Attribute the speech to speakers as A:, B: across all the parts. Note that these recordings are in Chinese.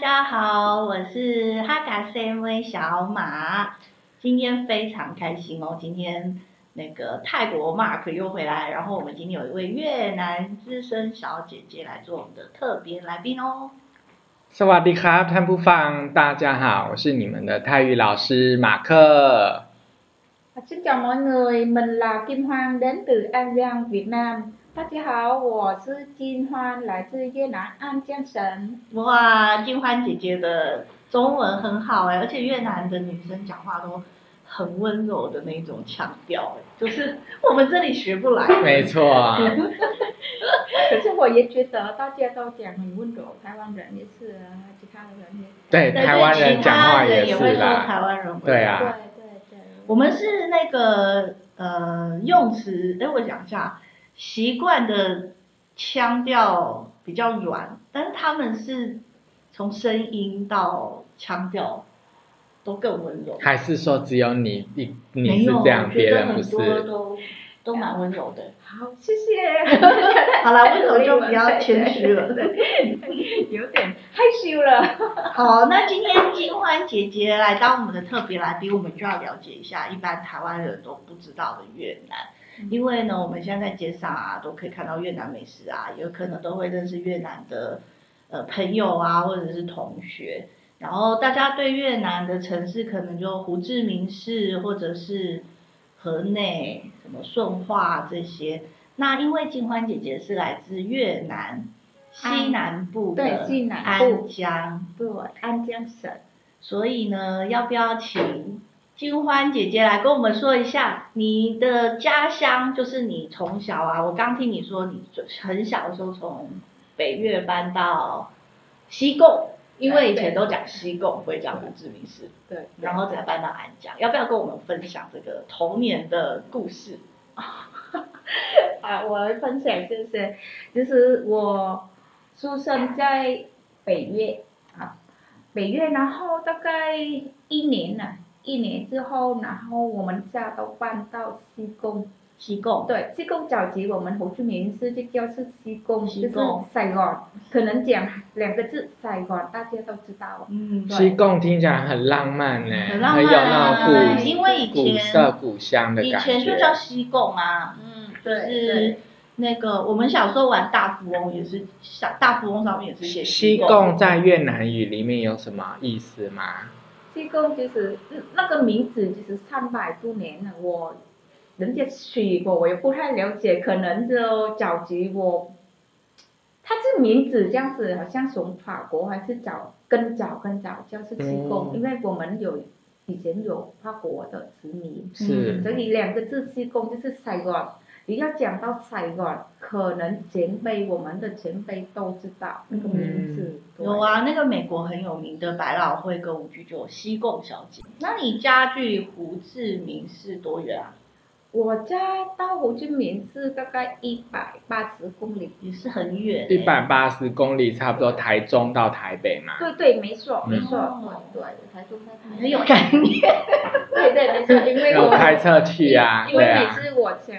A: 家好，我是哈嘎 CMA 小马，今天非常开心哦，今天那个泰国 Mark 又回来，然后我们今天有一位越南资深小姐姐来做我们的特别来宾哦。
B: สวัสดีครับท่านผู้ฟัง大家好，我是你们的泰语老师马克。
C: Xin chào mọi người, mình là Kim Hoan đến từ An Giang, Việt Nam. 大家好，我是金欢，来自越南安江省。
A: 哇，金欢姐姐的中文很好哎，而且越南的女生讲话都很温柔的那种腔调哎，就是我们这里学不来。
B: 没错，
C: 可是我也觉得大家都讲很温柔，台湾人也是啊，其他的人也是。
B: 对
A: 但是
B: 台湾人
A: 其
B: 讲
A: 他
B: 话
A: 人
B: 也
A: 也会
B: 是
A: 说台
B: 啦。
A: 湾人会
B: 对啊
C: 对对对。
A: 我们是那个呃用词，哎，我讲一下，习惯的腔调比较软，但是他们是从声音到腔调都更温柔。
B: 还是说只有你一
A: 没
B: 你是
A: 有，
B: 这样，
A: 我
B: 别
A: 觉得
B: 人不
A: 很多
B: 是？
A: 都都蛮温柔的。
C: 好，谢谢。
A: 好了，温 柔就不要谦虚了。
C: 有点害羞了。
A: 好，那今天金欢姐姐来当我们的特别来宾，我们就要了解一下一般台湾人都不知道的越南。
C: 嗯
A: 因为呢，我们现在在街上啊，都可以看到越南美食啊，有可能都会认识越南的呃朋友啊，或者是同学。然后大家对越南的城市可能就胡志明市或者是河内、什么顺化这些。那因为静欢姐姐是来自越南西
C: 安
A: 南部的
C: 对西南
A: 安
C: 部
A: 江，
C: 对，安江省。
A: 所以呢，要不要请金欢姐姐来跟我们说一下你的家乡？就是你从小啊，我刚听你说你很小的时候从北越搬到西贡，因为以前都讲西贡，不会讲胡志明市，
C: 对。
A: 然后才搬到安江。要不要跟我们分享这个童年的故事？
C: 啊，我来分享就是，就是我出生在北越啊，北越，然后大概一年了，一年之后，然后我们家都搬到西贡。
A: 西贡，
C: 对，西贡早期我们胡志明市就叫是西贡，
A: 西
C: 就是
A: 贡
C: Saigon，可能讲两个字 Saigon 大家都知道。
A: 嗯，对，
B: 西贡听起来很浪漫呢，
A: 很浪
B: 有
A: 漫
B: 那
A: 啊，
B: 种
A: 因为以
B: 古古色
A: 前
B: 古香的
A: 以
B: 感
A: 前就
B: 觉。
A: 叫西贡啊，
C: 嗯，
A: 就是那个我们小时候玩大富翁也是，小大富翁上面也是写
B: 西贡在越南语里面有什么意思吗？
C: 西贡就是嗯那个名字，就是三百多年了，我人家取过，我也不太了解，可能就早期我，它这名字这样子，好像从法国还是早更早更早就是西贡，
B: 嗯
C: 因为我们有以前有法国的殖民，
B: 是
C: 所以嗯两个字西贡就是塞港。你要讲到塞港，可能前辈我们的前辈都知道那个名字。对
A: 有啊，那个美国很有名的百老汇歌舞剧就有西贡小姐。那你家距离胡志明市多远啊？
C: 我家到胡志明市大概一百八十公里。
A: 也是很远、欸。
B: 一百八十公里，差不多台中到台北嘛。
C: 对对，没错
B: 嗯
C: 没错，
A: 哦
C: 对对，台中在台
A: 很有概念。
C: 对对没错，因为
B: 有
C: 我
B: 开车去啊，
C: 因
B: 对
C: 为每
B: 啊，
C: 次我想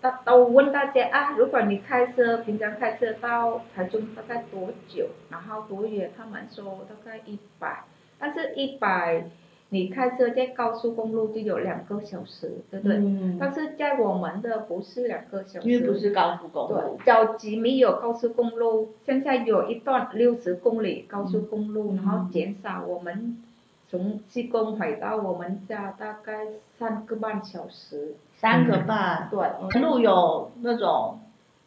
C: 到都问大家啊，如果你开车平常开车到台中大概多久，然后多远？他们说大概一百，但是一百你开车在高速公路就有两个小时，对不 对？
A: 嗯，
C: 但是在我们的不是两个小时，
A: 因为不是高速公路。
C: 对，早期没有高速公路，现在有一段六十公里高速公路，
A: 嗯
C: 然后减少我们从西贡回到我们家大概三个半小时。
A: 三个半。
C: 对，
A: 沿路有那种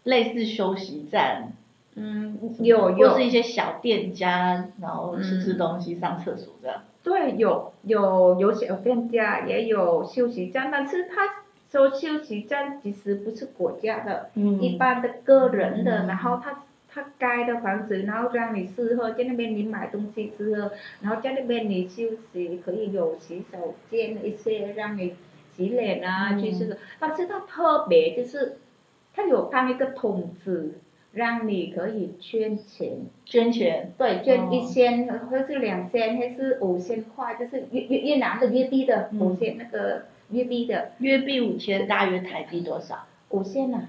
A: 类似休息站，
C: 嗯，有
A: 或
C: 有
A: 是一些小店家，然后吃吃东西、上厕所这样。
C: 对有有有小店家，也有休息站，但是他说休息站其实不是国家的，
A: 嗯
C: 一般的个人的，
A: 嗯
C: 然后他他盖的房子，然后让你适合在那边你买东西吃喝，然后在那边你休息，可以有洗手间一些让你洗脸啊，
A: 嗯
C: 去这个，但是它特别就是它有放一个桶子，让你可以捐钱，
A: 捐钱。
C: 对，捐
A: 哦
C: 一千、或是两千，还是五千块，就是越越越南的越币的
A: 嗯
C: 五千、那个越币的
A: 约币五千，大约台币多少？
C: 五千啊，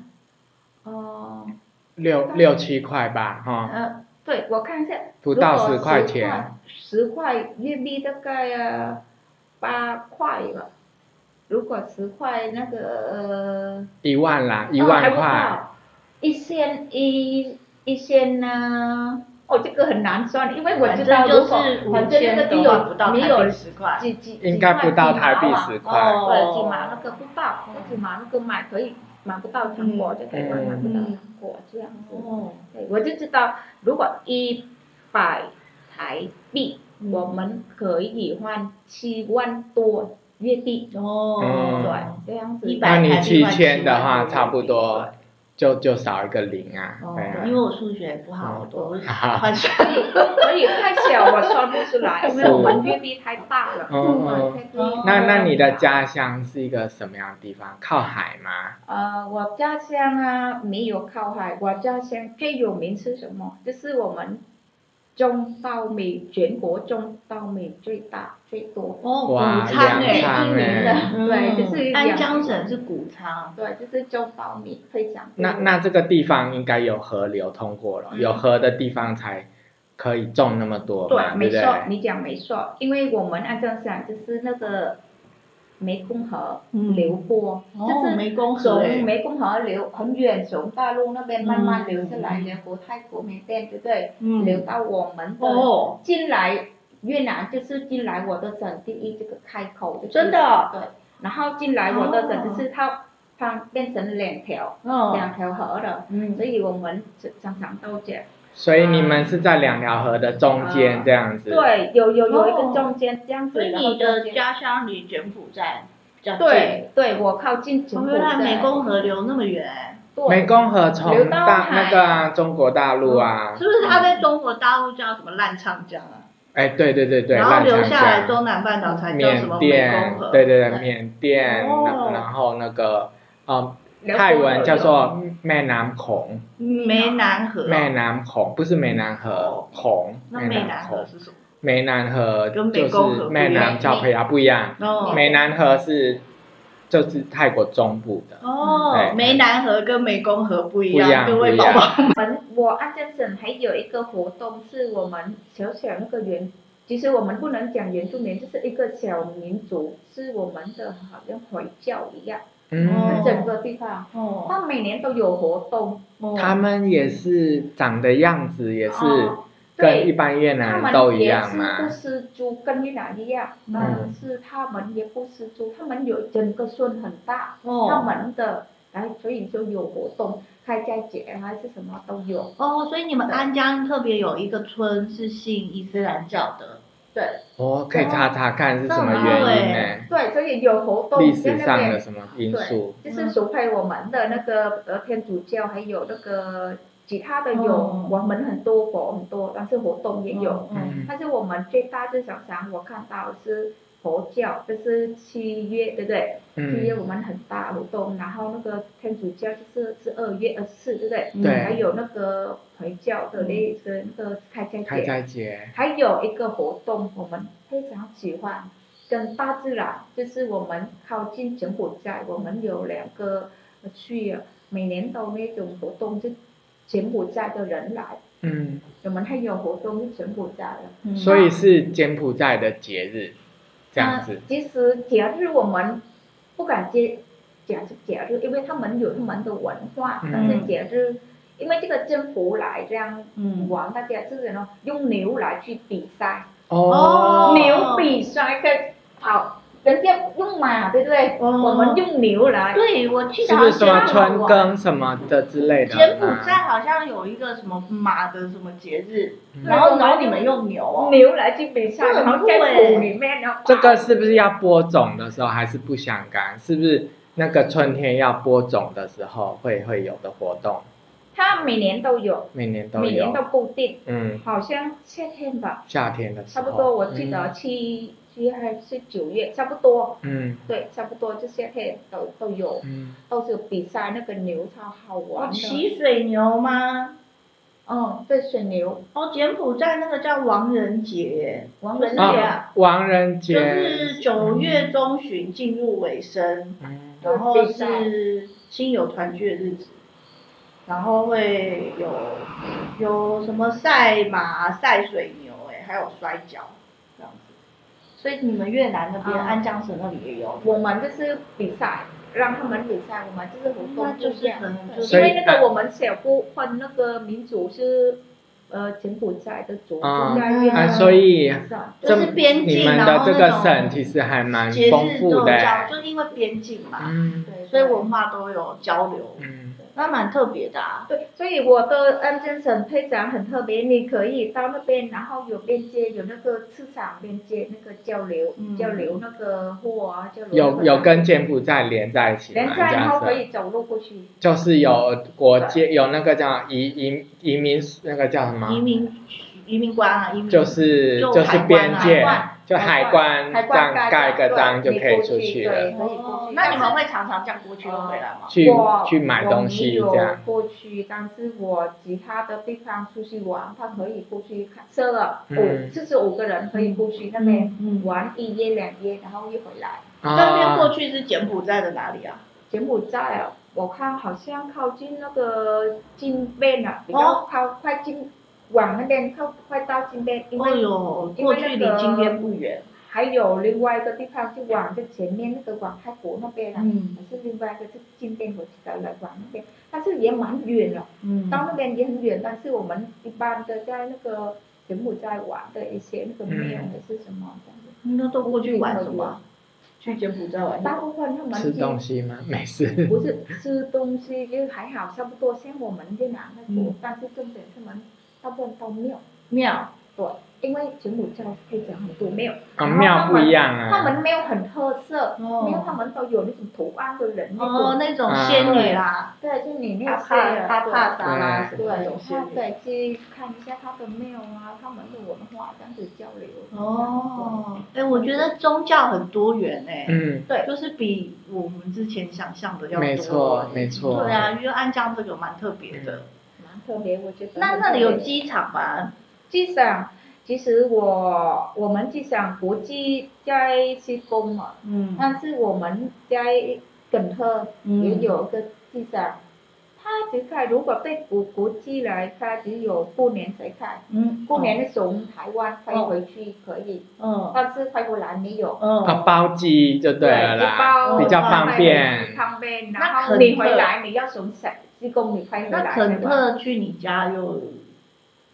A: 哦，
B: 六六七块吧，哈、
A: 呃，
C: 对，我看一下，
B: 啊不到
C: 如果
B: 10块
C: 10
B: 钱
C: 块，十块日币大概呃八块吧。如果十块那个
B: 一万啦，
C: 呃
B: 一
C: 哦
B: 万
C: 还不
B: 块，
C: 到一千一一千呢、哦，这个很难算，因为我知道
A: 反正就
C: 如果
A: 是
C: 反
A: 五
C: 正那
A: 千
C: 个没
A: 的话不
C: 有
A: 到
C: 没
A: 台币
C: 有
A: 十块，
C: 几几
B: 应该不到台币
C: 十。
B: 十块。
A: 哦
C: 对，起码那个不到，起码那个买可以买不到
A: 嗯
C: 糖果，在台
B: 嗯
C: 湾买不到糖果这样子。
A: 哦，
C: 对，我就知道，如果一百台币，我们可以换七万多月币。对
A: 哦，，
C: 这样子。
A: 一
B: 那
A: 百
B: 你
A: 台币
B: 七
A: 换
B: 千的话，
A: 70,000
B: 差不多就就少一个零啊。
A: 哦
B: 对啊，
A: 因为我数学不好，我都
B: 好
A: 换算。
C: 所以所以太小我算不出来，因为我们月币太大了。
B: 哦
C: 太多了
B: 那那你的家乡是一个什么样的地方？靠海吗？
C: 呃，我家乡啊没有靠海，我家乡最有名是什么？就是我们种稻米，全国种稻米最大最多。
A: 哦，
B: 哇
A: 谷仓
B: 粮
A: 哎，
B: 仓
C: 第一名的
B: 哎，
C: 对，就是
A: 嗯
C: 两
A: 安江省是谷仓，
C: 对，就是种稻米非常多。
B: 那那这个地方应该有河流通过了，
C: 嗯
B: 有河的地方才可以种那么多嘛，
C: 对，
B: 对
C: 没
B: 不对？
C: 错，你讲没错，因为我们安江省就是那个湄公河
A: 嗯
C: 流过，
A: 哦
C: 就是
A: 湄公河
C: 从
A: 哎
C: 湄公河流很远，从大陆那边慢慢流下来，
A: 嗯
C: 流过泰国那边，对不对？
A: 嗯
C: 流到我们的
A: 哦，
C: 进来越南就是进来我的省第一这个开口，就是
A: 真的哦
C: 对，然后进来我的省就是它它变成两条、
A: 嗯
C: 两条河了，
A: 嗯
C: 所以我们常常都讲，
B: 所以你们是在两条河的中间这样子。。
C: 对，有有有一个
A: 哦
C: 中间这样子，
A: 所以
C: 然后
A: 你的
C: 中间
A: 家乡离柬埔寨比较近，
C: 对对，我靠近柬
A: 哦，
C: 埔
A: 原来湄
C: 寨，
A: 公河流那么远，哎
B: 湄
C: 对，
B: 公河从
C: 流到
B: 大
C: 海
B: 那个啊中国大陆啊，
A: 嗯是不是？它在中国大陆叫什么烂唱江啊？
B: 哎，对对对对，
A: 然后
B: 烂
A: 流
B: 长
A: 下来
B: 江
A: 中南半岛才叫什
B: 缅
A: 么湄
B: 甸
A: 公河？，
B: 对对对，缅甸，
A: 哦
B: 那然后那个呃，
C: 流
B: 泰文
C: 过
B: 叫
C: 流
B: 做湄南孔，
A: 湄南嗯河哦，
B: 湄南孔不是湄南河
A: 哦，
B: 孔，
A: 那湄南河
B: 孔，
A: 是什么？
B: 湄南河
A: 跟
B: 就
A: 湄
B: 是
A: 公河不一
B: 湄
A: 样
B: 南小
C: 湄
B: 培雅不一样，
A: 哦
B: 湄南河是就是泰国中部的，
A: 哦，
B: 对
A: 湄南河跟湄公河不一
B: 不一样
A: 样，各位
B: 不一
A: 宝
B: 样
A: 宝。
C: 我们我安江省还有一个活动，是我们小小那个原，其实我们不能讲原住民，就是一个小民族，是我们的好像回教一样，
A: 哦
B: 嗯，
C: 整个地方，
A: 哦，
C: 它每年都有活动，
B: 他们也是长的样子也是
C: 哦
B: 跟
C: 对
B: 一般越
C: 他
B: 南人
C: 们
B: 都一
C: 也
B: 样
C: 是
B: 嘛
C: 不，吃猪，跟越南一样，
A: 嗯
C: 但是他们也不吃猪，他们有整个村很大，他
A: 哦
C: 们的，哎，所以就有活动，开斋节啊还是什么都有，
A: 哦，所以你们安江特别有一个村是信伊斯兰教的，
C: 对。
B: 我哦可以查查看是什么
C: 那
B: 原因
A: 对
B: 呢？
C: 对，所以有活动
B: 历
C: 在
B: 史
C: 那
B: 上
C: 边
B: 的什么因素？
C: 就
A: 嗯
C: 是除非我们的那个呃天主教，还有那个其他的有，
A: 哦
C: 我们很多佛很多，但是活动也有。
B: 嗯
C: 但是我们最大最想想，我看到是佛教，就是七月，对不对？七月
B: 嗯，
C: 我们很大活动，然后那个天主教就是是二月二十四，对不对？
A: 嗯
B: 对
C: 还有那个回教的那个那个开斋
B: 开
C: 节，
B: 斋节，
C: 还有一个活动我们非常喜欢，跟大自然，就是我们靠近柬埔寨，我们有两个去，呃每年都那种活动，就柬埔寨的人来，
B: 嗯，
C: 我们还有活动去柬埔寨了。
A: 嗯
B: 所以是柬埔寨的节日，这样子
C: 那。其实节日我们不敢接讲是节日，因为他们有他们的文化，
B: 嗯
C: 但是节日，因为这个政府来这样
A: 嗯
C: 玩，大家就是呢用牛来去比赛。
A: 哦
C: 牛比摔跟跑，人家用马，对不对？
A: 哦
C: 我们用牛来。
A: 对，我记
B: 是
A: 得
B: 不
A: 好
B: 是什么
A: 像
B: 春耕什么的之类的？啊
A: 柬埔寨好像有一个什么马的什么节日，
B: 嗯
A: 然后然后你们用牛哦，
C: 牛来去比赛，
A: 这很
C: 然后
A: 酷
C: 在
A: 欸
C: 土里面，然后
B: 这个是不是要播种的时候还是不相干？是不是那个春天要播种的时候会会有的活动？
C: 它每年都有，
B: 每年都
C: 每年
B: 有
C: 都。固定，
B: 嗯，
C: 好像夏天吧，
B: 夏天的时
C: 差
B: 候。
C: 不多，我记
A: 嗯
C: 得七七还是九月，差不多，
B: 嗯。
C: 对，差不多就夏天都都有，
B: 嗯
C: 都是有比赛那个牛超好
A: 哦，
C: 玩的，
A: 骑水牛吗？
C: 嗯，对，水牛，
A: 哦，柬埔寨那个叫亡人节，
C: 王人
A: 是
B: 嗯。
A: 节
C: 节，
B: 啊，王人节。
A: 就是九月中旬进入尾声，
B: 嗯
A: 然后是亲友团聚的日子。然后会有有什么赛马、赛水牛、欸，哎，还有摔跤这样子。所以你们越南那边、
C: 啊
A: 安江省那里也有，
C: 我们就是比赛，让他们比赛，我们就是活
A: 那
C: 动
A: 就是
C: 这样
A: 可。能就
C: 对
B: 所
A: 是
B: 以
C: 因为那个我们小部分那个民族是呃柬埔寨的族，
B: 啊
C: 就在越
B: 啊，
C: 南。
B: 所以
C: 上
A: 就
B: 这
A: 嗯是边境
B: 你们
A: 然
B: 的
A: 后
B: 这
A: 那
B: 个
A: 种
B: 省其实还蛮
A: 节
B: 丰
A: 日都
B: 富
A: 有
B: 的
A: 交，
B: 欸，
A: 就是因为边境嘛，
B: 嗯
C: 对，
A: 所以文化都有交流，
B: 嗯，
A: 那蛮特别的啊。
C: 对，所以我的安建省配长很特别，你可以到那边，然后有边界，有那个市场边界那个交流，
A: 嗯
C: 交流那个货啊，交流那个
B: 有有跟柬埔寨连在一起吗？
C: 人
B: 这
C: 家然后
B: 样
C: 可
B: 子，
C: 以走路过去。
B: 就是
A: 嗯
B: 有国界，有那个叫移移移民那个叫什么？
A: 移民移民官啊，移民
B: 就是
A: 就
B: 就是
A: 海关
B: 边
A: 啊
B: 界
A: 海
C: 关，
B: 就海关
C: 海
B: 这样
C: 关
B: 盖个章就
C: 对
B: 可以出
C: 你
B: 去
C: 过
B: 了
C: 对，可以过
A: 哦
C: 去。
A: 那你们会常常这样过去又回来吗？
B: 去
C: 我
B: 去买东西
C: 我
A: 哦
B: 这
C: 没有
B: 样。
C: 过去，但是我其他的地方出去玩，他可以过去看，设了
B: 嗯
C: 五四十五个人可以过去那边
A: 嗯嗯
C: 玩一夜两夜，然后一回来。
A: 那边过
B: 啊，
A: 去是柬埔寨的哪里啊？
C: 柬埔寨啊，我看好像靠近那个金边啊，比较
A: 哦
C: 靠快进往那边靠快到金边，因
A: 哦
C: 为
A: 哟，
C: 因
A: 过
C: 为
A: 去
C: 那
A: 离
C: 个
A: 金边不远。
C: 还有另外一个地方就往这前面那个往泰国那边啊，
A: 嗯
C: 还是另外一个就金边和来来往那边，但是也蛮远了。
A: 嗯
C: 到那边也很远，但是我们一般的在那个柬埔寨玩的一些那个庙
B: 嗯
C: 还是什么这样子，
A: 那都过去玩什么？去柬埔寨玩什
C: 大
A: 么？
C: 部分他们
B: 啊吃东
C: 西
B: 西吗？没事。
C: 不是吃东西就还好，差不多像我们越南那种，
A: 嗯
C: 但是重点他们大部分到庙，
A: 庙
C: 对，因为柬埔寨非常很多庙，
B: 啊，
C: 然后
B: 庙
C: 他
B: 不
C: 们
B: 一样
C: 他
B: 啊。
C: 们庙很特色，
A: 哦
C: 庙他们都有那种图案的人那
A: 哦，
C: 种，
A: 那种仙女啦，
C: 对，就你那
A: 阿
C: 些
A: 帕阿帕达啦什
C: 对，
A: 么那
C: 我
A: 种仙
C: 怕
A: 女。
C: 再去看一下他的庙啊，他们的文化这样子交流。
A: Ờ. 哦，哎，我觉得宗教很多元哎。
B: 嗯，
A: 对，就是比我们之前想象的要多。
B: 没错没错。嗯
A: 对啊，因为安江这个蛮特别的。
C: 对，蛮特别，我觉得。
A: 那那里有机场吗？
C: 机场，其实我我们机场国际在施工嘛，
A: 嗯
C: 但是我们在cần thơ
A: 嗯
C: 也有个机场，它只开如果对国国际来，它只有过年才开，
A: 嗯
C: 过年的时候从台湾飞回去可以，
A: 嗯
C: 但是飞回来没有。
B: 啊，
A: 嗯，
B: 包机就对了
C: 一
B: 啦，
C: 包
B: 比较方便。
C: 方便。
A: 那
C: 然后
A: 肯
C: 你
A: 特
C: 回来，你要从塞西贡你飞回
A: 那
C: 来
A: 肯
C: 对吧
A: 特去你家又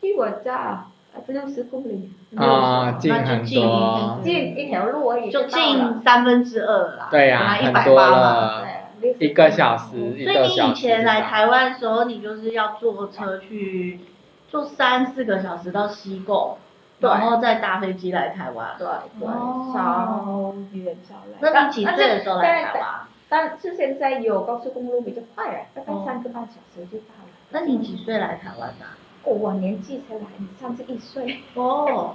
C: 去我家六十公里，
B: 啊，
A: 嗯
B: 近
A: 那就
B: 很
A: 近
B: 多，
C: 近一条路而已
A: 就
C: 到了
A: 近三分之二了啦，
B: 对
A: 本
B: 呀，
A: 啊来一
B: 很
A: 百
B: 多
A: 八嘛。嗯
B: 了，
C: 对，
B: 一个小时，一
A: 所以
B: 个
A: 你
B: 小
A: 以
B: 时就
A: 前来
B: 到
A: 台湾的时候，你就是要坐车去，坐三四个小时到西贡，
C: 对
A: 然后再搭飞机来台湾。
C: 对对，
A: 哦
C: 超远超来。
A: 那你几岁的时候来台
C: 但？
A: 湾？
C: 但是现在有高速公路比较快了，大
A: 哦
C: 概三个半小时就到了。
A: 那你几岁来台湾的啊？
C: 哦，我年纪才来，你三十一岁，
A: 哦，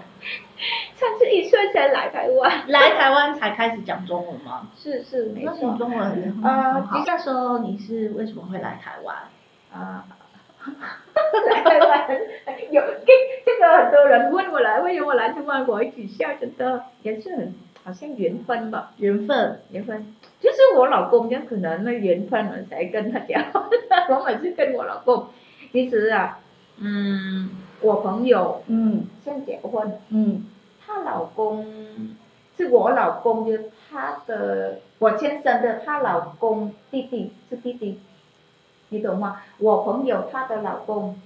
C: 三十一岁才来台湾。
A: 来台湾才开始讲中文吗？
C: 是是，没
A: 那你
C: 错。
A: 中文很
C: 呃
A: 很好。那时候你是为什么会来台湾？
C: 啊，来台湾有这这个很多人问我来，为什么来台湾？我取笑真的也是很好像缘分吧，
A: 缘分。
C: 缘分。就是我老公，有可能那缘分我才跟他结婚， 我每次跟我老公，其实啊，嗯，我朋友
A: 嗯
C: 先结婚，
A: 嗯
C: 她老公是我老公的，她的我先生的她老公弟弟是弟弟，你懂吗？我朋友她的老公，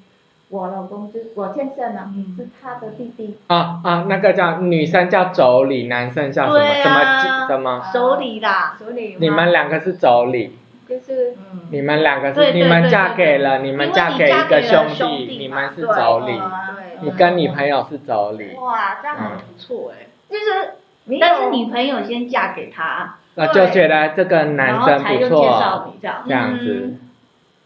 C: 我老公就是我先生啊，
A: 嗯
C: 是她的弟弟，
B: 啊啊，那个叫女生叫妯娌，男生叫什么？
A: 对
B: 怎
A: 啊
B: 么怎么？
A: 手里啦。
C: 所以
B: 你们两个是妯娌，
C: 就是
A: 嗯。
B: 你们两个
A: 对
B: 是
A: 对
B: 你们嫁给了，你
A: 因为
B: 们
A: 你
B: 嫁
A: 嫁
B: 给一个
A: 给了
B: 兄
A: 兄
B: 弟，
A: 弟
B: 你
A: 嘛
B: 们是
A: 对
B: 妯
A: 嗯
B: 娌，
A: 啊
C: 对
B: 你跟你朋友是妯娌，
A: 哇，这样很不错哎。
C: 就是没有，
A: 但是你朋友先嫁给他，
B: 那
C: 对
B: 就觉得这个
A: 然
B: 男
A: 后
B: 生
A: 才
B: 不
A: 又介绍
B: 错，
A: 你这样。
B: 这样子
C: 嗯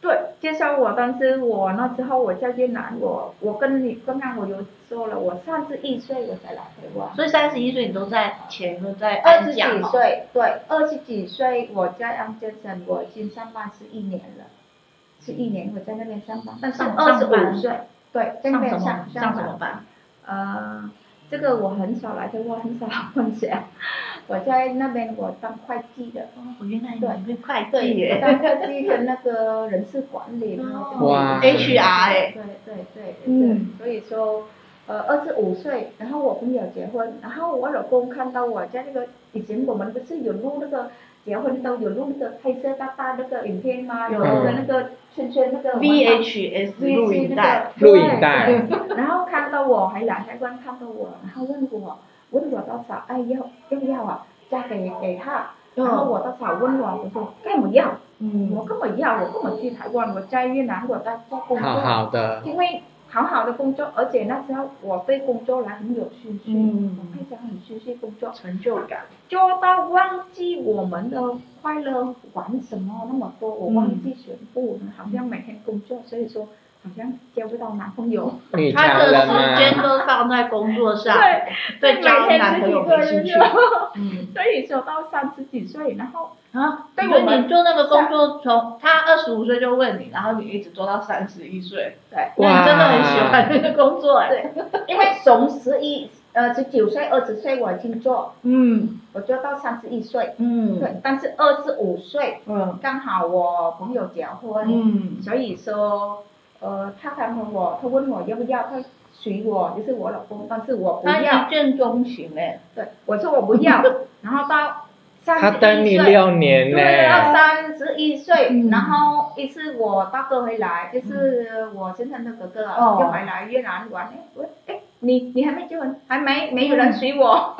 C: 对介绍我，但是我那时候我在越南，我我跟你刚刚我有说了，我三十一岁我才来台湾。
A: 所以三十一岁你都在前都在
C: 二
A: 安
C: 十
A: 讲
C: 几
A: 嘛，
C: 岁，对，二十几岁我在安健身，我已经上班十一年了，十一年我在那边上班，但是
A: 上
C: 二十
A: 上班
C: 五岁，对，在那
A: 上什
C: 边
A: 么
C: 上
A: 上什么
C: 班，
A: 班？
C: 呃，这个我很少来台湾，很少分享，我在那边我当会计的，
A: 我原来你
C: 对
A: 会会计
C: 对，我
A: 耶，
C: 当会计跟那个人事管理嘛，
A: 哦
C: 就是
B: 哇
A: ，HR 欸
C: 对对对对，
A: 嗯
C: 所以说。呃，二十五岁，然后我们有结婚，然后我老公看到我在那个以前我们不是有录那个结婚都有录那个黑色大大那个影片吗？
A: 有
C: 有那个那个圈圈那个
A: VHS 录影带，
B: 录影带，
C: 对对然后看到我，还两三观看到我，然后问我，问我多少，哎，要要不要啊？嫁给给他，然后我多少问我，我说干嘛要？我
A: 嗯，
C: 根本要，我根本去台湾，我在越南，我在做工作，
B: 好好的，
C: 因为好好的工作，而且那时候我对工作来很有兴趣，
A: 嗯
C: 我非常很兴趣工作，
A: 成就感，
C: 做到忘记我们的快乐玩什么那么多，我忘记全部，好像每天工作，所以说好像交不到男朋 友。
B: 女
A: 他
B: 强
A: 的
B: 人
A: 时间
B: 嘛，
A: 都放在工作上，
C: 对
A: 对交男朋友没兴趣，嗯。
C: 所以说到三十几岁，然后
A: 啊，
C: 对
A: 因为
C: 我们
A: 你做那个工作从他二十五岁就问你，然后你一直做到三十一岁，
C: 对，
A: 那你真的很喜
B: 哇
A: 欢这个工作哎、
C: 对 因为从十一呃十九岁、二十岁我已经做，
A: 嗯
C: 我做到三十一岁，
A: 嗯
C: 对，但是二十五岁
A: 嗯
C: 刚好我朋友结婚，
A: 嗯
C: 所以说呃他看到我，他问我要不要，他娶我，就是我老公，但是我不
A: 他
C: 要
A: 一，见钟情哎、
C: 对，我说我不要，然后到三
B: 他等你六年呢、
C: 对，到三十一岁，
A: 嗯
C: 然后一次我大哥回来，就是我先生的哥哥啊，
A: 哦
C: 就回来越南玩，哎，我哎，你你还没结婚，还没没有人娶我，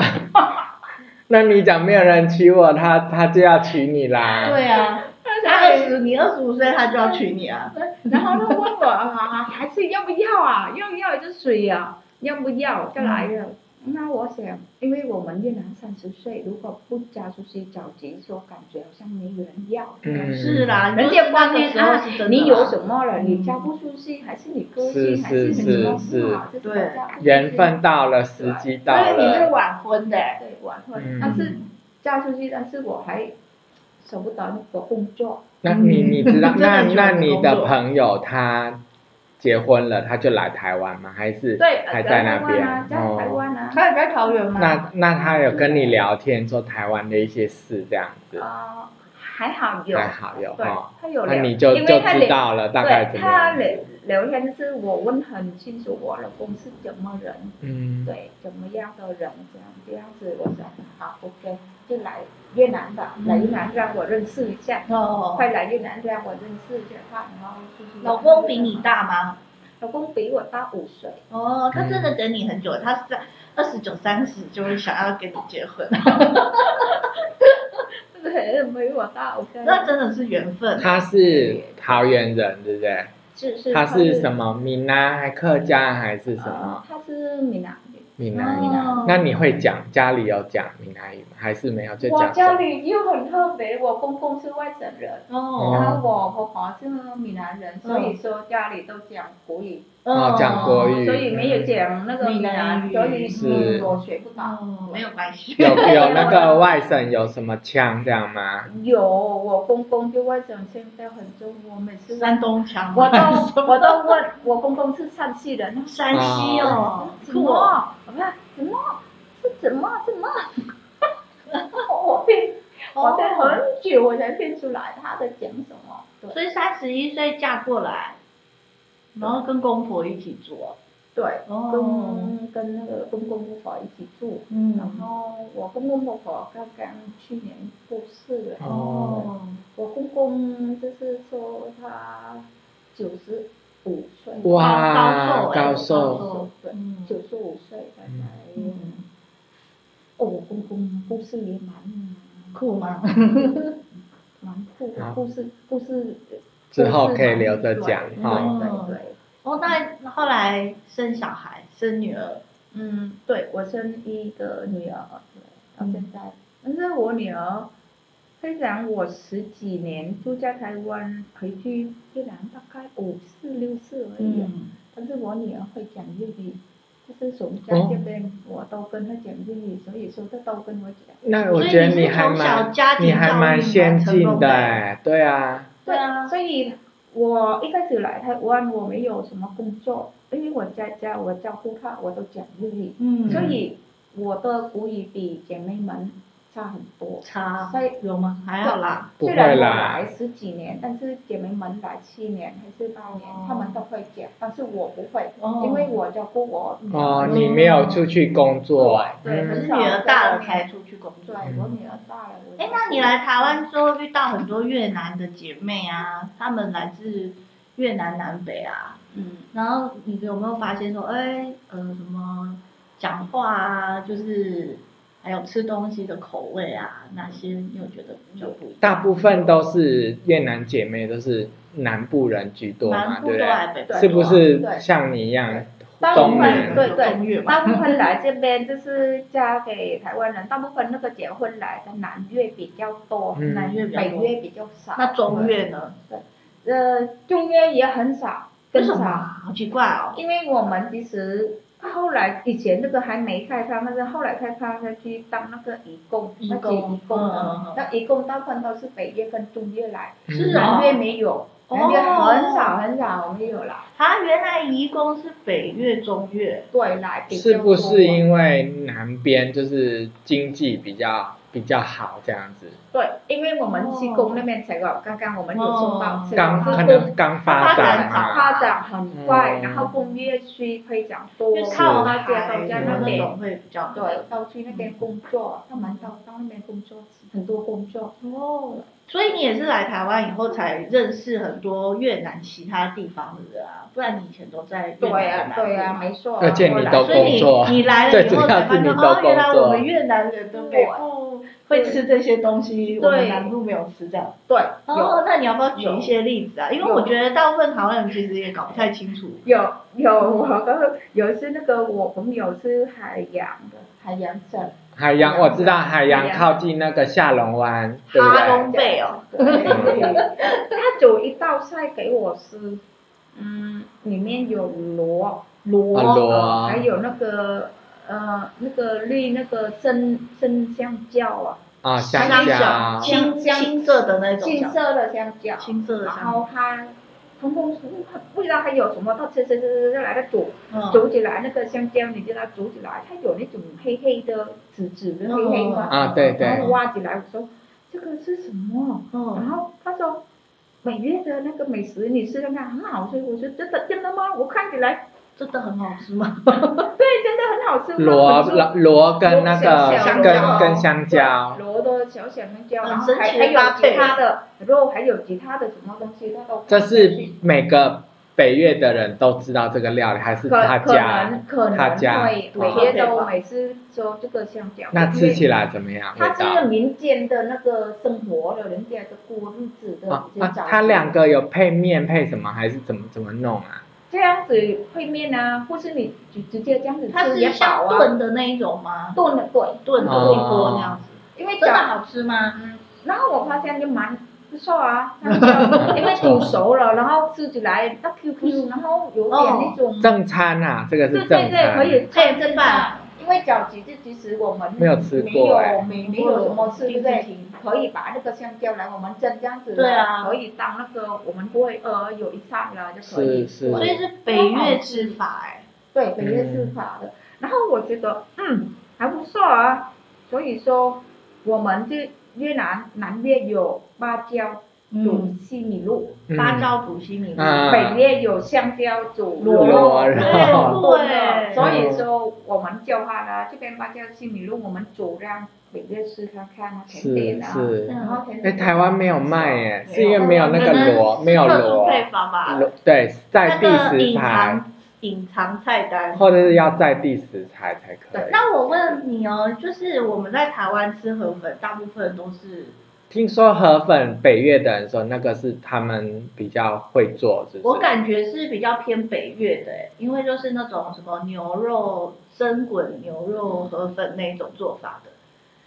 B: 那你讲没有人娶我，他他就要娶你啦。
A: 对啊，他二十你二十五岁他就要娶你啊，
C: 然后他问我啊，还是要不要啊？要不要就娶啊？要不要就来了。
A: 嗯
C: 那我想，因为我们越南三十岁，如果不嫁出去着急，说感觉好像没有人要。
B: 嗯
A: 是啦，
C: 人家
A: 关
C: 关
A: 键
C: 键
A: 时
C: 啊
A: 候是真的啦，
C: 你有什么了？你
A: 嗯
C: 嫁不出去，还是你个
B: 是
C: 性，还是
B: 是
C: 你什么
B: 是
C: 不好，就是
A: 对
C: 嫁不出去
B: 缘分到了，时机到
A: 所以你是
B: 了，
A: 晚婚的、欸，
C: 对晚
B: 嗯
C: 婚，但是嫁出去，但是我还舍不得那个工作，
B: 那你你知道，
A: 嗯
B: 那
A: 真的很喜
B: 那
A: 欢
B: 你
A: 这个
B: 的
A: 工作
B: 朋友他结婚了，他就来台湾吗？还是
C: 对，
B: 还在那
C: 台湾
B: 边？
C: 啊，在台
B: 哦，
C: 湾啊，
A: 他也在桃园吗？
B: 那那他有跟你聊天说台湾的一些事这样子，
C: 啊还好有，
B: 哦还好有
C: 对
B: 哈，，
C: 他有
B: 那
C: 聊，
B: 你就
C: 因
B: 就
C: 为他
B: 知
C: 聊，
B: 道了大概
C: 对
B: 怎么
C: 他
B: 样。
C: 聊聊天就是我问很清楚我老公是怎么人，
B: 嗯，
C: 对，怎么样的人这样这样子，我想好 OK，就来越南吧，来越南让我认识一下，
A: 哦，
C: 快来越南让我认识一下他，然后就是
A: 老公比你，大吗？
C: 老公比我大五岁，
A: 哦，他真的等你很久，他三二十九三十就会想要跟你结婚，
C: 对，比我大五岁，
A: 那真的是缘分。
B: 他是桃园人，对不对？
C: 是是
B: 他是什？么闽南还客
A: 嗯
B: 家还是什么
C: 他是闽南语。
B: 闽南
A: 哦
B: 语？那你会讲家里有讲闽南语吗？还是没有就
C: 我
B: 讲
C: 家
B: 中文？
C: 里又很特别，我公公是外省人，
A: 哦，
C: 然后我婆婆是闽南人，所以说家里都讲国语，
B: 哦嗯讲国语
C: 所以没有讲那个闽南语，所以
B: 是
C: 我学不到。
A: 哦，没有关系。
B: 有有那个外省有什么腔这样吗？
A: 嗯
C: 有，我公公就外省，现在很重，我每次
A: 山东腔
C: 我
A: 吗，
C: 都 我都问我公公是陕西人，他说
A: 山西
B: 啊
A: 哦，
C: 什
A: 酷哦，
C: 么？我说哎什么？是怎么怎么？ 我听，我听很久我才听出来他在讲什么。对
A: 所以三十一岁嫁过来，然后跟公婆一起住哦，
C: 对，
A: 哦
C: 跟跟那个公公婆婆一起住，然
A: 嗯，
C: 后我公公婆婆刚刚去年过世了，
A: 哦，
C: 我公公就是说他九十五岁，
B: 哇，
A: 高
B: 高
A: 寿
B: 寿，
A: 哦
C: 对，
A: 嗯
C: 九十五岁大概。
A: 嗯，
C: 哦，我公公故事也蛮
A: 酷吗？
C: 蛮酷的
B: 好，
C: 故事故事呃
B: 之后可以留着讲
C: 对
A: 哈
C: 对对对，
A: 哦，那后来生小孩，生女儿，
C: 嗯，对我生一个女儿，对到
A: 嗯
C: 现在，但是我女儿，虽然我十几年住在台湾，回去越南大概五次六次而已，啊
A: 嗯，
C: 但是我女儿会讲粤语。就是从家
A: 哦
C: 这边，我都跟她讲粤语，所以说她都跟我讲。
B: 那我
A: 所以
B: 觉得
A: 你是
B: 还
A: 从小
B: 蛮
A: 家庭
B: 你还蛮先进
A: 教育蛮成功的
B: 哎，对啊，
A: 对啊
C: 所以我一开始来台湾，我没有什么工作，因为我在家我照顾她，我都讲粤语，
A: 嗯，
C: 所以我的国语比姐妹们差很多。
A: 差
C: 所以
A: 有吗？还好啦。
B: 不
C: 虽然
B: 会
C: 我
B: 啦
C: 来十几年，但是姐妹们来七年还是八年，
A: 哦
C: 他们都会讲，但是我不会，
A: 哦
C: 因为我照顾我女儿。
B: 哦，
A: 嗯
B: 你没有出去工作，
C: 对
A: 可是
B: 嗯，
A: 女儿大了才出去工
C: 对
A: 作。，嗯
C: 我女儿大了。我
A: 哎，那你来台湾之后遇到很多越南的姐妹啊，她们来自越南南北啊，
C: 嗯，
A: 然后你有没有发现说，哎，呃，什么讲话啊，就是还有吃东西的口味啊，哪些你有觉得比较不一样？
B: 大部分都是越南姐妹，都是南部人居多嘛，
A: 南部
B: 对不
A: 都还啊
B: 对？
A: 北部
C: 对
B: 是不
C: 对
B: 是像你一样
C: 大部
B: 东
C: 分
B: 南？
C: 对
A: 东
C: 对，
A: 越
C: 大部分来这边就是嫁给台湾人，大部分那个结婚来的南越比较多，
B: 嗯
A: 南越比较
C: 北
A: 多。
C: 越比较少。
A: 那中越呢？
C: 对？呃，中越也很少，
A: 为
C: 更
A: 什么
C: 少。
A: 啊？好奇怪哦。
C: 因为我们其实后来以前那个还没开发，那个后来开发再去当那个义工，
A: 义
C: 那些
A: 工
C: 义工
A: 嗯嗯嗯
C: 啊，那义工大部分都是北越跟中越来，
A: 是啊
C: 南越没有，
A: 哦
C: 南越很少很少没有啦，
A: 啊，原来移工是北越、中越，
C: 对来比较
B: 是不
C: 多
B: 是因为南边就是经济比较比较好这样子，
C: 对，因为我们西贡那边才有，刚刚我们有说到
A: 哦，
C: 西
B: 刚
C: 贡
B: 可能刚发展
A: 发
B: 嘛？
C: 发展很快，
B: 嗯
C: 然后工业区非常
A: 因
C: 多，
A: 为
B: 是
A: 靠
C: 大
A: 海
C: 家都在那
A: 那
C: 边。
A: 种会比较多
C: 对，到去那边工作，他们到到那边工作，很多工作。
A: 哦，所以你也是来台湾以后才认识很多越南其他地方的人啊，不然你以前都在越
C: 对
A: 南的
C: 呀、
A: 南部
C: 对呀、
A: 嘛
C: 没错啊。
B: 而且
C: 后
B: 你
C: 来
B: 都
A: 所以
B: 工作，啊
A: 你你来了
B: 最
A: 以
B: 主
A: 后才
B: 要
A: 发
B: 是
A: 现
B: 你
A: 哦
B: 都，
A: 原来我们
B: 工作，啊
A: 越南人都
C: 对
A: 北部会吃这些东西，我们
C: 对
A: 南部没有吃这样。
C: 对，有
A: 哦，那你要不要举一些例子啊？因为我觉得大部分台湾人其实也搞不太清楚。
C: 有有，我刚刚有一次那个我朋友是海洋的，海洋省，
B: 海洋我知道，海
C: 海
B: 洋
C: 洋
B: 靠近那个下龙湾，对不
A: 哈
B: 对？
A: 东贝哦，
C: 他煮一道菜给我吃，嗯，里面有螺螺，
B: 啊螺
C: 呃还有那个呃那个绿那个生生香蕉啊，
B: 啊，香
A: 香
B: 蕉
A: 蕉，青青色的那种
C: 金
A: 香，
C: 色的香蕉，
A: 青
B: 嗯
A: 色的
C: 然
A: 香，
C: 后他通通不知道还有什么，他吃吃吃吃吃来它煮
A: 嗯，
C: 煮起来那个香蕉，你知道煮起来，它有那种黑黑的紫紫的黑黑嘛，
B: 啊，对对
C: 然，后挖起来，我说这个是什么？然
A: 嗯，
C: 后他说每月的那个美食你吃的那很好吃，我说真的真的吗？我看起来
A: 真的很好吃吗？
C: 对，真的很好吃。
B: 螺螺跟那个
A: 小小的
B: 跟跟香蕉，
C: 螺的小小香蕉，
A: 很
C: 然后还
A: 神奇
C: 还有
A: 搭
C: 其
A: 配
C: 他的肉，还有其他的什么东西，它都
B: 这
C: 放进
B: 是
C: 去
B: 每个北越的人都知道这个料理，还是
C: 可
B: 他
C: 可
B: 家
C: 能可
B: 他
C: 能
B: 家
C: 会
B: 哦
C: 每月都每次说这个香蕉，
B: 那吃起
C: 来。
B: 来怎么样？味
C: 它是
B: 道？
C: 个民间的那个生活的，人家的过日子的。
B: 啊
C: 一些
B: 啊
C: 早，
B: 它
C: 餐
B: 两个有配面配什么，还是怎么怎么弄啊？
C: 这样子烩面啊，或是你直直接这样子
A: 它
C: 吃
A: 是
C: 也饱
A: 像
C: 啊。
A: 炖的那一种吗？
C: 炖的对，
A: 炖的
B: 哦
A: 一锅那样子，
C: 因为
A: 真的
C: 早
A: 好吃吗？
C: 嗯，然后我发现就蛮不错 啊，香蕉因为煮熟了，然后吃起来它 Q
A: 嗯
C: Q，然后有点那种，
B: 正餐啊，这个
C: 对
B: 是
C: 对
B: 正
C: 对，可
B: 餐。
C: 以
A: 这
C: 蘸
A: 样
C: 正饭。因为饺子这其实我们
B: 没有吃
C: 没
B: 过
C: 有
B: 哎
C: 没没有什么吃，对不对？
A: 嗯
C: 可以把那个香蕉来我们蒸这样子，
A: 对啊
C: 可以当那个我们不会呃有一餐了就可以
B: 是，是，
A: 所以是北越吃法哎、
C: 对，北越是法
B: 嗯
C: 的。然后我觉得嗯还不错啊，所以说我们这越南南越有芭蕉煮
A: 嗯，
C: 西米露，
B: 嗯
A: 芭蕉煮西米露，
B: 嗯
C: 北越有香蕉煮
A: 螺
B: 螺
C: 肉啊
A: 肉
C: 炖
A: 对
C: 的所以说我们教他啦，这边芭蕉西米露我们煮让北越试看看啊，
B: 嗯
C: 甜
B: 是
C: 点啊。
B: 是。
C: 然后甜
B: 哎，
C: 点
B: 台湾没有卖耶，
A: 嗯没有
B: 是因为没有那个螺，没有
A: 特殊
B: 螺，
A: 配方吧？
B: 螺对，在
A: 那
B: 地
A: 个
B: 食
A: 隐
B: 材。
A: 藏隐藏菜单。
B: 或者是要在地食材才可以。
A: 那我问你哦，就是我们在台湾吃河粉，大部分都是，
B: 听说河粉北越的人说那个是他们比较会做，是不是？
A: 我感觉是比较偏北越的耶，因为就是那种什么牛肉生滚牛肉河粉那一种做法的，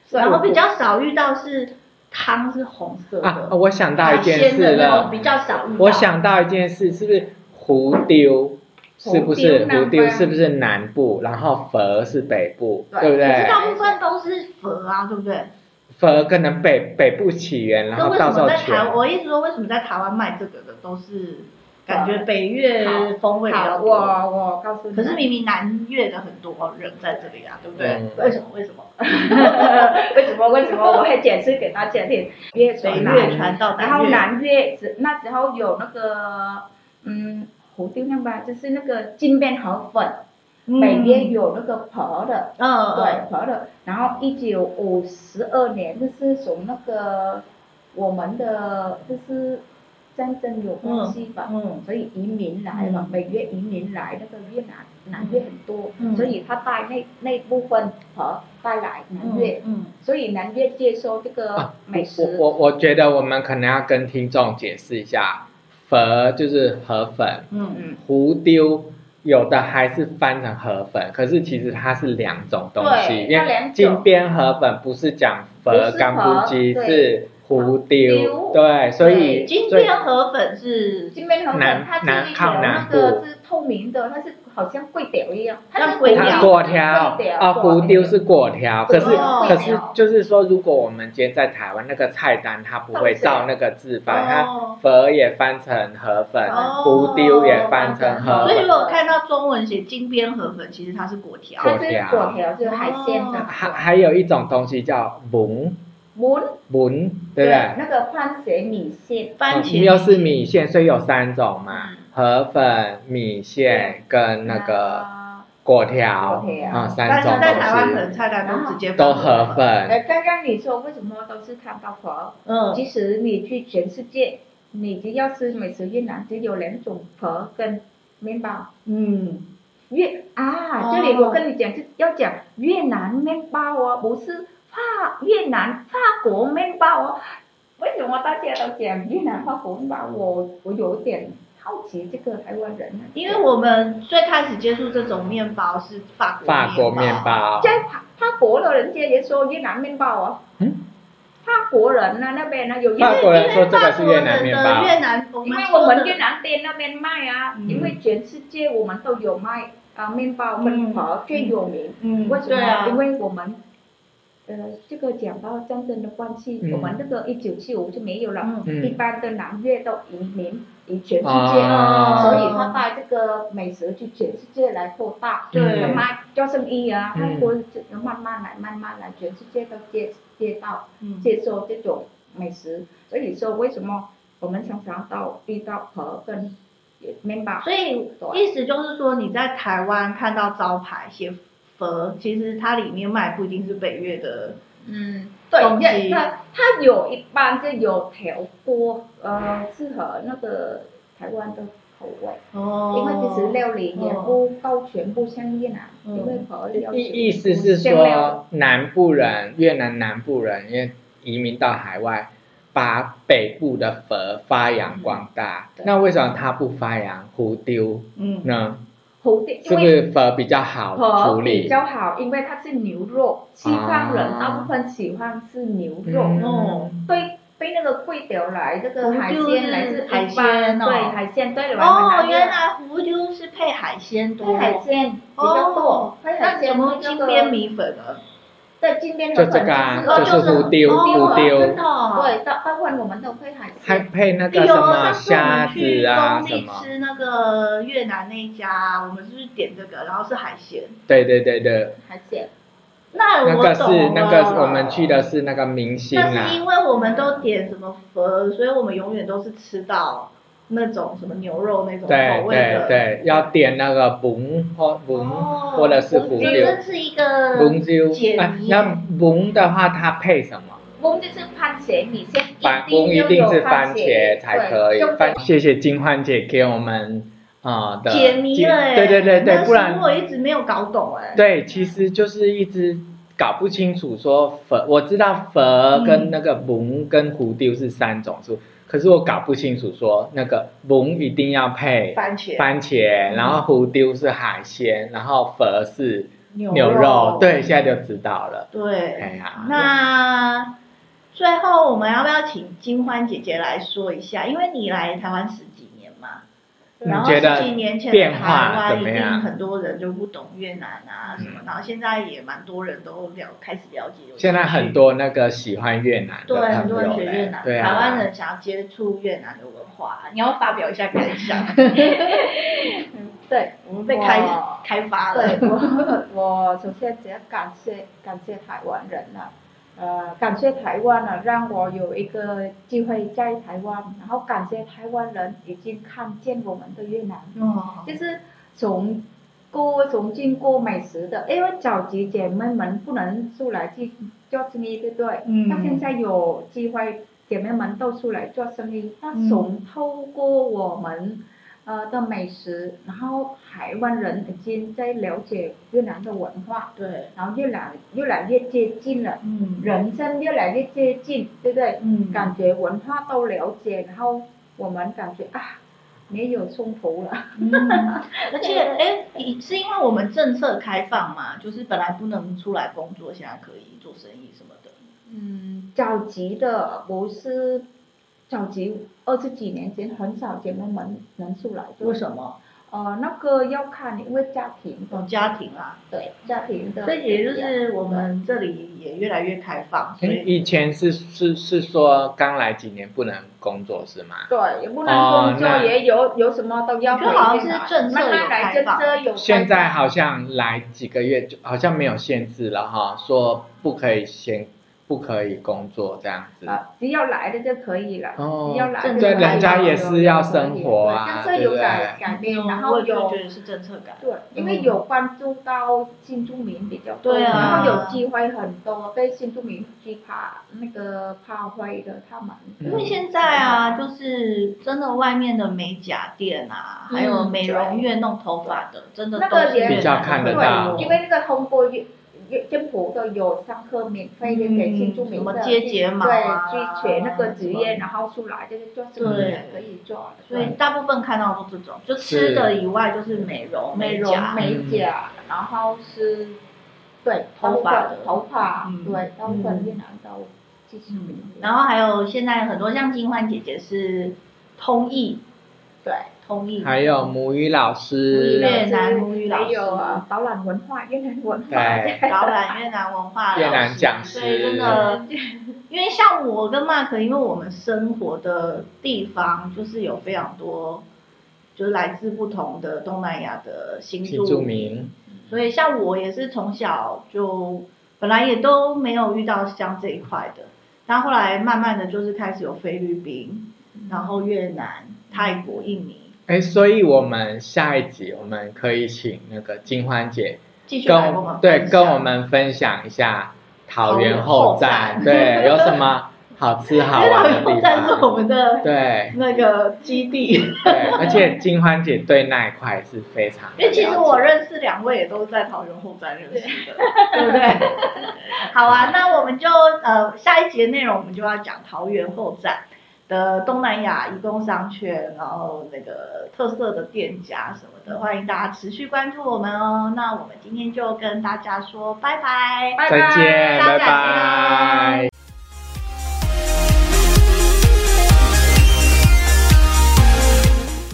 C: 是
A: 然后比较少遇到是汤是红色的，
B: 啊，我想到一件
A: 海鲜的
B: 事
A: 那
B: 了
A: 种，比较少遇到。
B: 我想到一件事，是不是湖丢？是不
C: 湖
B: 是
C: 丢南
B: 湖丢？
C: 方
B: 是不是南部？然后佛是北部，
C: 对
B: 对不
A: 可
B: 对
A: 是？大部分都是粉啊，对不对？
B: 佛可能北北部起源，然
A: 那
B: 后
A: 为
B: 到
A: 什
B: 时候
A: 么在
B: 全
A: 台？我一直说为什么在台湾卖这个的都是感觉北越风味比较
C: 好，我
A: 多。
C: 我告诉你，
A: 可是明明南越的很多人在这里啊，对不对
B: 嗯？
A: 为什么？为什么？
C: 为什么为什么我会解释给大家听？越
A: 北
C: 水南
A: 越传到
C: 然后
A: 南越，
C: 南越只那时候有那个嗯胡定亮吧，就是那个金边河粉，
A: 嗯
C: 北边，有那个婆的，
A: 嗯嗯，
C: 对婆的。然后一九五十二年就是从那个我们的就是战争有关系吧，
A: 嗯
C: 所以移民来嘛，
A: 嗯
C: 北越移民来那个越南南越很多，
A: 嗯
C: 所以他带那那部分和带来南越，
A: 嗯嗯，
C: 所以南越接收这个美食。
B: 啊我我我觉得我们可能要跟听众解释一下，粉就是河粉，
A: 嗯
C: 嗯，
B: 胡丢有的还是翻成河粉，可是其实它是两种东西，
C: 对
B: 因
C: 它两
B: 为
C: 种
B: 金边河粉不是讲
C: 不
B: 粉
C: 是
B: 干布鸡，
C: 河
B: 是胡丢
C: 丢，
B: 对，所以
C: 对
A: 金
B: 所以
A: 边河粉是
C: 金边河粉
B: 南
C: 它
B: 南
C: 是一
B: 靠
C: 条那
B: 南
C: 个
B: 部
C: 是透明的，它是好像桂条一样，
A: 像
C: 是
A: 粿
C: 条
A: 条
B: 它
A: 粿
B: 果条
C: 粿条
B: 啊，
C: 粿
B: 胡丢是果条，可
C: 粿
B: 是
A: 条
B: 可
A: 粿
B: 是
C: 条
B: 就是说，如果我们今天在台湾那个菜单，它不会照那个字翻，它
A: 哦，
B: 粉也翻成河粉，
A: 哦
B: 胡丢也翻成河
A: 所以
B: 粉，
A: 如果看到中文写金边河粉，其实它是果条
C: 它。是
B: 粿条
C: 粿条，就是海鲜啊的
A: 哦
B: 还还有一种东西叫蒙
C: muốn
B: 蒙，对不对？
C: 那个番茄米线，
A: 番茄
B: 嗯又是米线，所以有三种嘛
A: 嗯，
B: 河粉、米线跟那个
C: 啊
B: 粿条，
C: 粿条
B: 啊，
A: 但
B: 三
A: 是
B: 种
A: 在台湾可
B: 东
A: 能
B: 西
A: 菜单都直接
B: 都
A: 放
B: 河，
C: 呃，
B: 粉，
C: 刚刚你说为什么都是汉堡粉？
A: 嗯，
C: 其实你去全世界，你只要吃美食越南，只有两种粉跟面包。
A: 嗯，
C: 越啊，
A: 哦
C: 这里我跟你讲，就要讲越南面包哦，不是法越南法国面包哦。为什么大家都讲越南法国面包？我我有点好奇这个台湾人啊，
A: 因为我们最开始接触这种面包是法国
B: 法国面包，
C: 在法法国的人家也说越南面包哦。
B: 嗯。
C: 法国人呢、那边呢有越
B: 法
C: 南
B: 国人说这个是越南面
A: 因为法
B: 包
A: 国人的越南，我
C: 因
A: 们
C: 为
A: 说
C: 我们
A: 的
C: 越南店那边卖啊，
A: 嗯
C: 因为全世界我们都有卖啊，面包跟包最有名。
A: 嗯，
C: 为什
A: 对
C: 么？
A: 啊，
C: 因为我们呃，这个讲到战争的关系，
B: 嗯
C: 我们这个一九七五就没有了，
A: 嗯
B: 嗯
C: 一般的南越都移民移全世界，
A: Ờ.
B: 啊
C: 所以他把这个美食去全世界来扩大，
A: 对
C: 他
B: 嗯
C: 卖做生意啊，
B: 嗯
C: 他国就慢慢来，慢慢来，全世界都接接到。
A: 嗯
C: 接受这种美食。所以说，为什么我们常常到遇到和跟面包？
A: 所以
C: 对
A: 意思就是说，你在台湾看到招牌写佛，其实它里面卖不一定是北越的，
C: 嗯，对
A: 东，西
C: 也它它有一般就有调锅，呃，适合那个台湾的口味，
A: 哦
C: 因为其实料理也不够全部像越南，
A: 嗯
C: 因为和料
B: 意
C: 理
B: 意思是
C: 香料
B: 说南部人，越南南部人因为移民到海外，把北部的佛发扬光大，
C: 嗯对
B: 那为什么他不发扬胡丢
A: 嗯
B: 呢？
C: 好点，
B: 是
C: 因
B: 不
C: 为
B: 是佛比较好处
C: 和比
B: 理？
C: 较好，因为它是牛肉，西方人
B: 啊
C: 大部分喜欢吃牛肉，
A: 哦
B: 嗯
C: 对，被那个贵掉来，这个
A: 哦
C: 海
A: 就
C: 鲜
A: 是
C: 来自
A: 海
C: 一般
A: 鲜哦
C: 对海鲜对了，
A: 哦，原
C: 来
A: 来胡椒是配海鲜多
C: 配，海鲜比较
A: 哦
C: 多，配海
A: 那
C: 鲜
A: 怎么
C: 配这
A: 金
C: 个
A: 边米粉呢？
C: 对金边
B: 就
C: 河
B: 这
C: 粉
B: 个啊，
A: 哦
B: 就是
A: 就是
B: 胡丢
A: 哦
B: 胡丢
A: 真，的哦，
C: 对，大大部分我们都配海
B: 还
C: 鲜，
B: 配那
A: 哎
B: 个
A: 呦
B: 什
A: 上次我
B: 么虾
A: 们去
B: 子啊
A: 中
B: 什
A: 立
B: 么，
A: 吃那个越南那一家，我们是不是点这个？然后是海鲜，
B: 对对对对，
C: 海鲜
A: 那
B: 那
A: 我
B: 个
A: 懂
B: 是
A: 了。
B: 那个我们去的是那个明星
A: 但是因
B: 啊，
A: 为我们都点什么佛，所以我们永远都是吃到那种什么牛肉那种
B: 对
A: 口味
B: 对
A: 的。
B: 对，要点那个蒙或蒙
A: 哦
B: 或者是胡
A: 我
B: 丢
A: 觉得这是一个
B: 蒙酒
A: 解
B: 啊，
A: 谜耶。
B: 那蒙的话它配什么？
C: 翁就是番茄米线，
B: 番
C: 定
B: 蒙一
C: 就
B: 定
C: 有
B: 是
C: 番
B: 番茄才可以
C: 对就。
B: 番，谢谢金欢姐给我们啊的
A: 解谜了哎、
B: 对对对对，不然
A: 那时候我一直没有搞懂哎、
B: 对，其实就是一直搞不清楚说佛，我知道佛跟那个蒙跟胡丢是三种树，可是我搞不清楚说那个蒙一定要配
A: 番茄、
B: 番茄，然后胡丢是海鲜，然后佛是
A: 牛嗯
B: 牛肉，对，现在就知道了。
A: 对
B: 哎呀，
A: 那最后我们要不要请金欢姐姐来说一下？因为你来台湾十几年嘛，
B: 你
A: 然后
B: 嗯觉得
A: 十几年前的
B: 变
A: 台
B: 化
A: 湾，一
B: 怎么
A: 定
B: 样？
A: 很多人就不懂越南
B: 嗯
A: 啊什么，然后现在也蛮多人都了开始了解。有
B: 现在
A: 兴趣
B: 很多那个喜欢越南的
A: 对
B: 朋友
A: 很多人学
B: 嘞
A: 越南，
B: 对啊，
A: 台湾人想要接触越南的文化，你要发表一下感 想。
C: 对，
A: 我们被开
C: 哇
A: 开发了
C: 对，我 我首先只要感谢感谢台湾人啊，呃，感谢台湾啊，让我有一个机会在台湾，然后感谢台湾人已经看见我们的越南，
A: 哦
C: 就是从过从经过美食的，因为早期姐妹们不能出来去做生意，对不对？
A: 嗯
C: 那现在有机会，姐妹们都出来做生意，那
A: 嗯
C: 从透过我们呃的美食，然后台湾人已经在了解越南的文化，
A: 对，
C: 然后越来越来越接近了，
A: 嗯，
C: 人生越来越接近，对不对？
A: 嗯
C: 感觉文化都了解，然后我们感觉啊，没有冲突了。
A: 嗯，而且哎，你是因为我们政策开放嘛，就是本来不能出来工作，现在可以做生意什么的。
C: 嗯，早期的不是早期二十几年前很少姐妹们能出来做，
A: 为什么？
C: 呃，那个要看因为家庭的，
A: 有家庭啊，
C: 对家庭的，
A: 所以也就是我们这里也越来越开
C: 哎
A: 放，所
B: 诶
A: 以
B: 嗯以前是是是说刚来几年不能工作是吗？
C: 对，也不
B: 哦
C: 能工作，
B: 那
C: 也有有什么都要
A: 我觉得好像
C: 回去
A: 是
C: 拿
A: 政策
C: 慢慢
A: 有
C: 来
A: 开
C: 政
A: 放
C: 策有
B: 现
C: 开
B: 在
C: 放
B: 好像来几个月就好像没有限制了哈，说不可以先不可以工作这样子。
C: 啊，只要来的就可以了，
B: 哦
C: 只要来的
A: 政
B: 对，
A: 策
B: 人家
A: 有
B: 也是要生活
C: 对
B: 啊，
C: 政策
B: 对不
C: 有
B: 对？
C: 改改变，然
A: 嗯我
C: 后
A: 也
C: 有
A: 觉得是政策感。
C: 对，因为
A: 嗯
C: 有关注到新住民比较多，
A: 对
B: 啊
C: 然后有机会很多被新住民去怕那个怕坏的他们。
A: 因为现在啊，就是真的外面的美甲店啊，还有美容院弄头发的，真的
C: 那
A: 都
C: 个
A: 是越
C: 也哦
A: 南
B: 比较看得到
C: 对，因为那个通过越越政府都有上课免费的给新住
A: 嗯
C: 民
A: 什
C: 的
A: 么接睫毛啊
C: 对，去学那个职
A: 什么
C: 业，然后出来就是做什么
A: 对
C: 也可以做的，
A: 所以大部分看到都这种，就吃的以外就是美容、
C: 美容
A: 甲、
C: 美甲，然后是，对
A: 头发
C: 大部分头发
A: 嗯，
C: 对，大部
A: 嗯
C: 分越南都继续
A: 嗯，然后还有现在很多像金欢姐姐是通译，
C: 对。
A: 通译，
B: 还有母语老师，
A: 越南母语老师
C: 还有啊，导览文化、越南文化，
B: 对
A: 导览 越南文化老师，
B: 越南讲师
A: 所以真的， 因为像我跟 Mark，因为我们生活的地方就是有非常多，就是来自不同的东南亚的新
B: 新
A: 住
B: 住
A: 民，
B: 民，
A: 所以像我也是从小就本来也都没有遇到像这一块的，但后来慢慢的就是开始有菲律宾，然后越南、泰国、印尼，
B: 哎，所以我们下一集我们可以请那个金欢姐
A: 继续
B: 跟
A: 来跟我
B: 我
A: 们
B: 对
A: 分享
B: 跟我们分享一下桃园后站，
A: 桃园后站
B: 对，有什么好吃好
A: 因为
B: 玩
A: 老
B: 的
A: 友
B: 地
A: 站是我
B: 方？
A: 们的
B: 对
A: 那个基地。
B: 对，而且金欢姐对那一块是非常的
A: 因为其实
B: 了
A: 我
B: 解
A: 认识两位也都是在桃园后站认识的， 对不对？好啊，那我们就呃下一节内容我们就要讲桃园后站的东南亚移工商圈，然后那个特色的店家什么的，欢迎大家持续关注我们哦。那我们今天就跟大家说拜拜，
C: 拜拜
B: 再见，
A: 大家
B: 拜
A: 见哦
B: 拜。